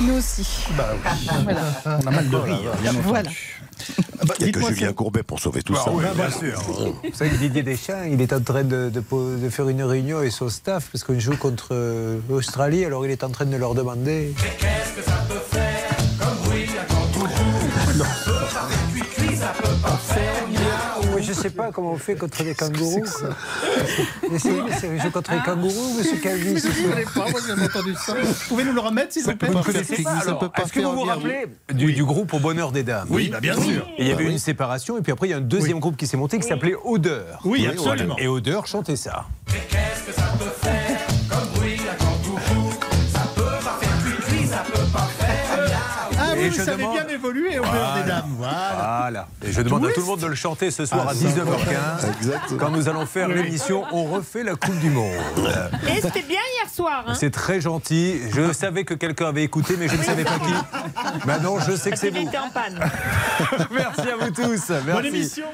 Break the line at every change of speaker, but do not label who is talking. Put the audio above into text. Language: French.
nous aussi. Ah,
Bah oui.
Voilà.
On a mal de rire, bien entendu.
Voilà.
Il n'y a que
Dites-moi,
Julien
c'est-
Courbet pour sauver tout
Bah
ça.
oui, bien sûr.
Vous savez que Didier Deschamps, il est en train de, de po- de faire une réunion avec son staff parce qu'on joue contre euh, l'Australie, alors il est en train de leur demander. Mais Je ne sais pas comment on fait contre les kangourous. Mais si, mais c'est- je joue contre les kangourous, monsieur Calvi. ce
Je
soir.
l'ai pas, moi j'ai entendu ça. Pouvez nous le remettre, s'il vous plaît
Vous ne connaissez pas, alors, Est-ce que vous vous rappelez du, du groupe Au Bonheur des Dames
Oui, bah bien sûr.
Et Il y avait une séparation, et puis après, il y a un deuxième groupe qui s'est monté qui s'appelait Odeur.
Oui, absolument.
Et Odeur chantait ça.
Ah
Et
oui,
je
ça avait
demande-
bien évolué au beurre des dames. Voilà.
Voilà. Et je demande à tout le monde de le chanter ce soir à 19h15,
Exact.
quand nous allons faire l'émission On refait la Coupe du Monde.
Et c'était bien hier soir. hein.
C'est très gentil. Je savais que quelqu'un avait écouté, mais je ne savais pas qui. Maintenant, je sais que c'est
Il
vous.
était en panne.
Merci à vous tous. Merci.
Bonne émission.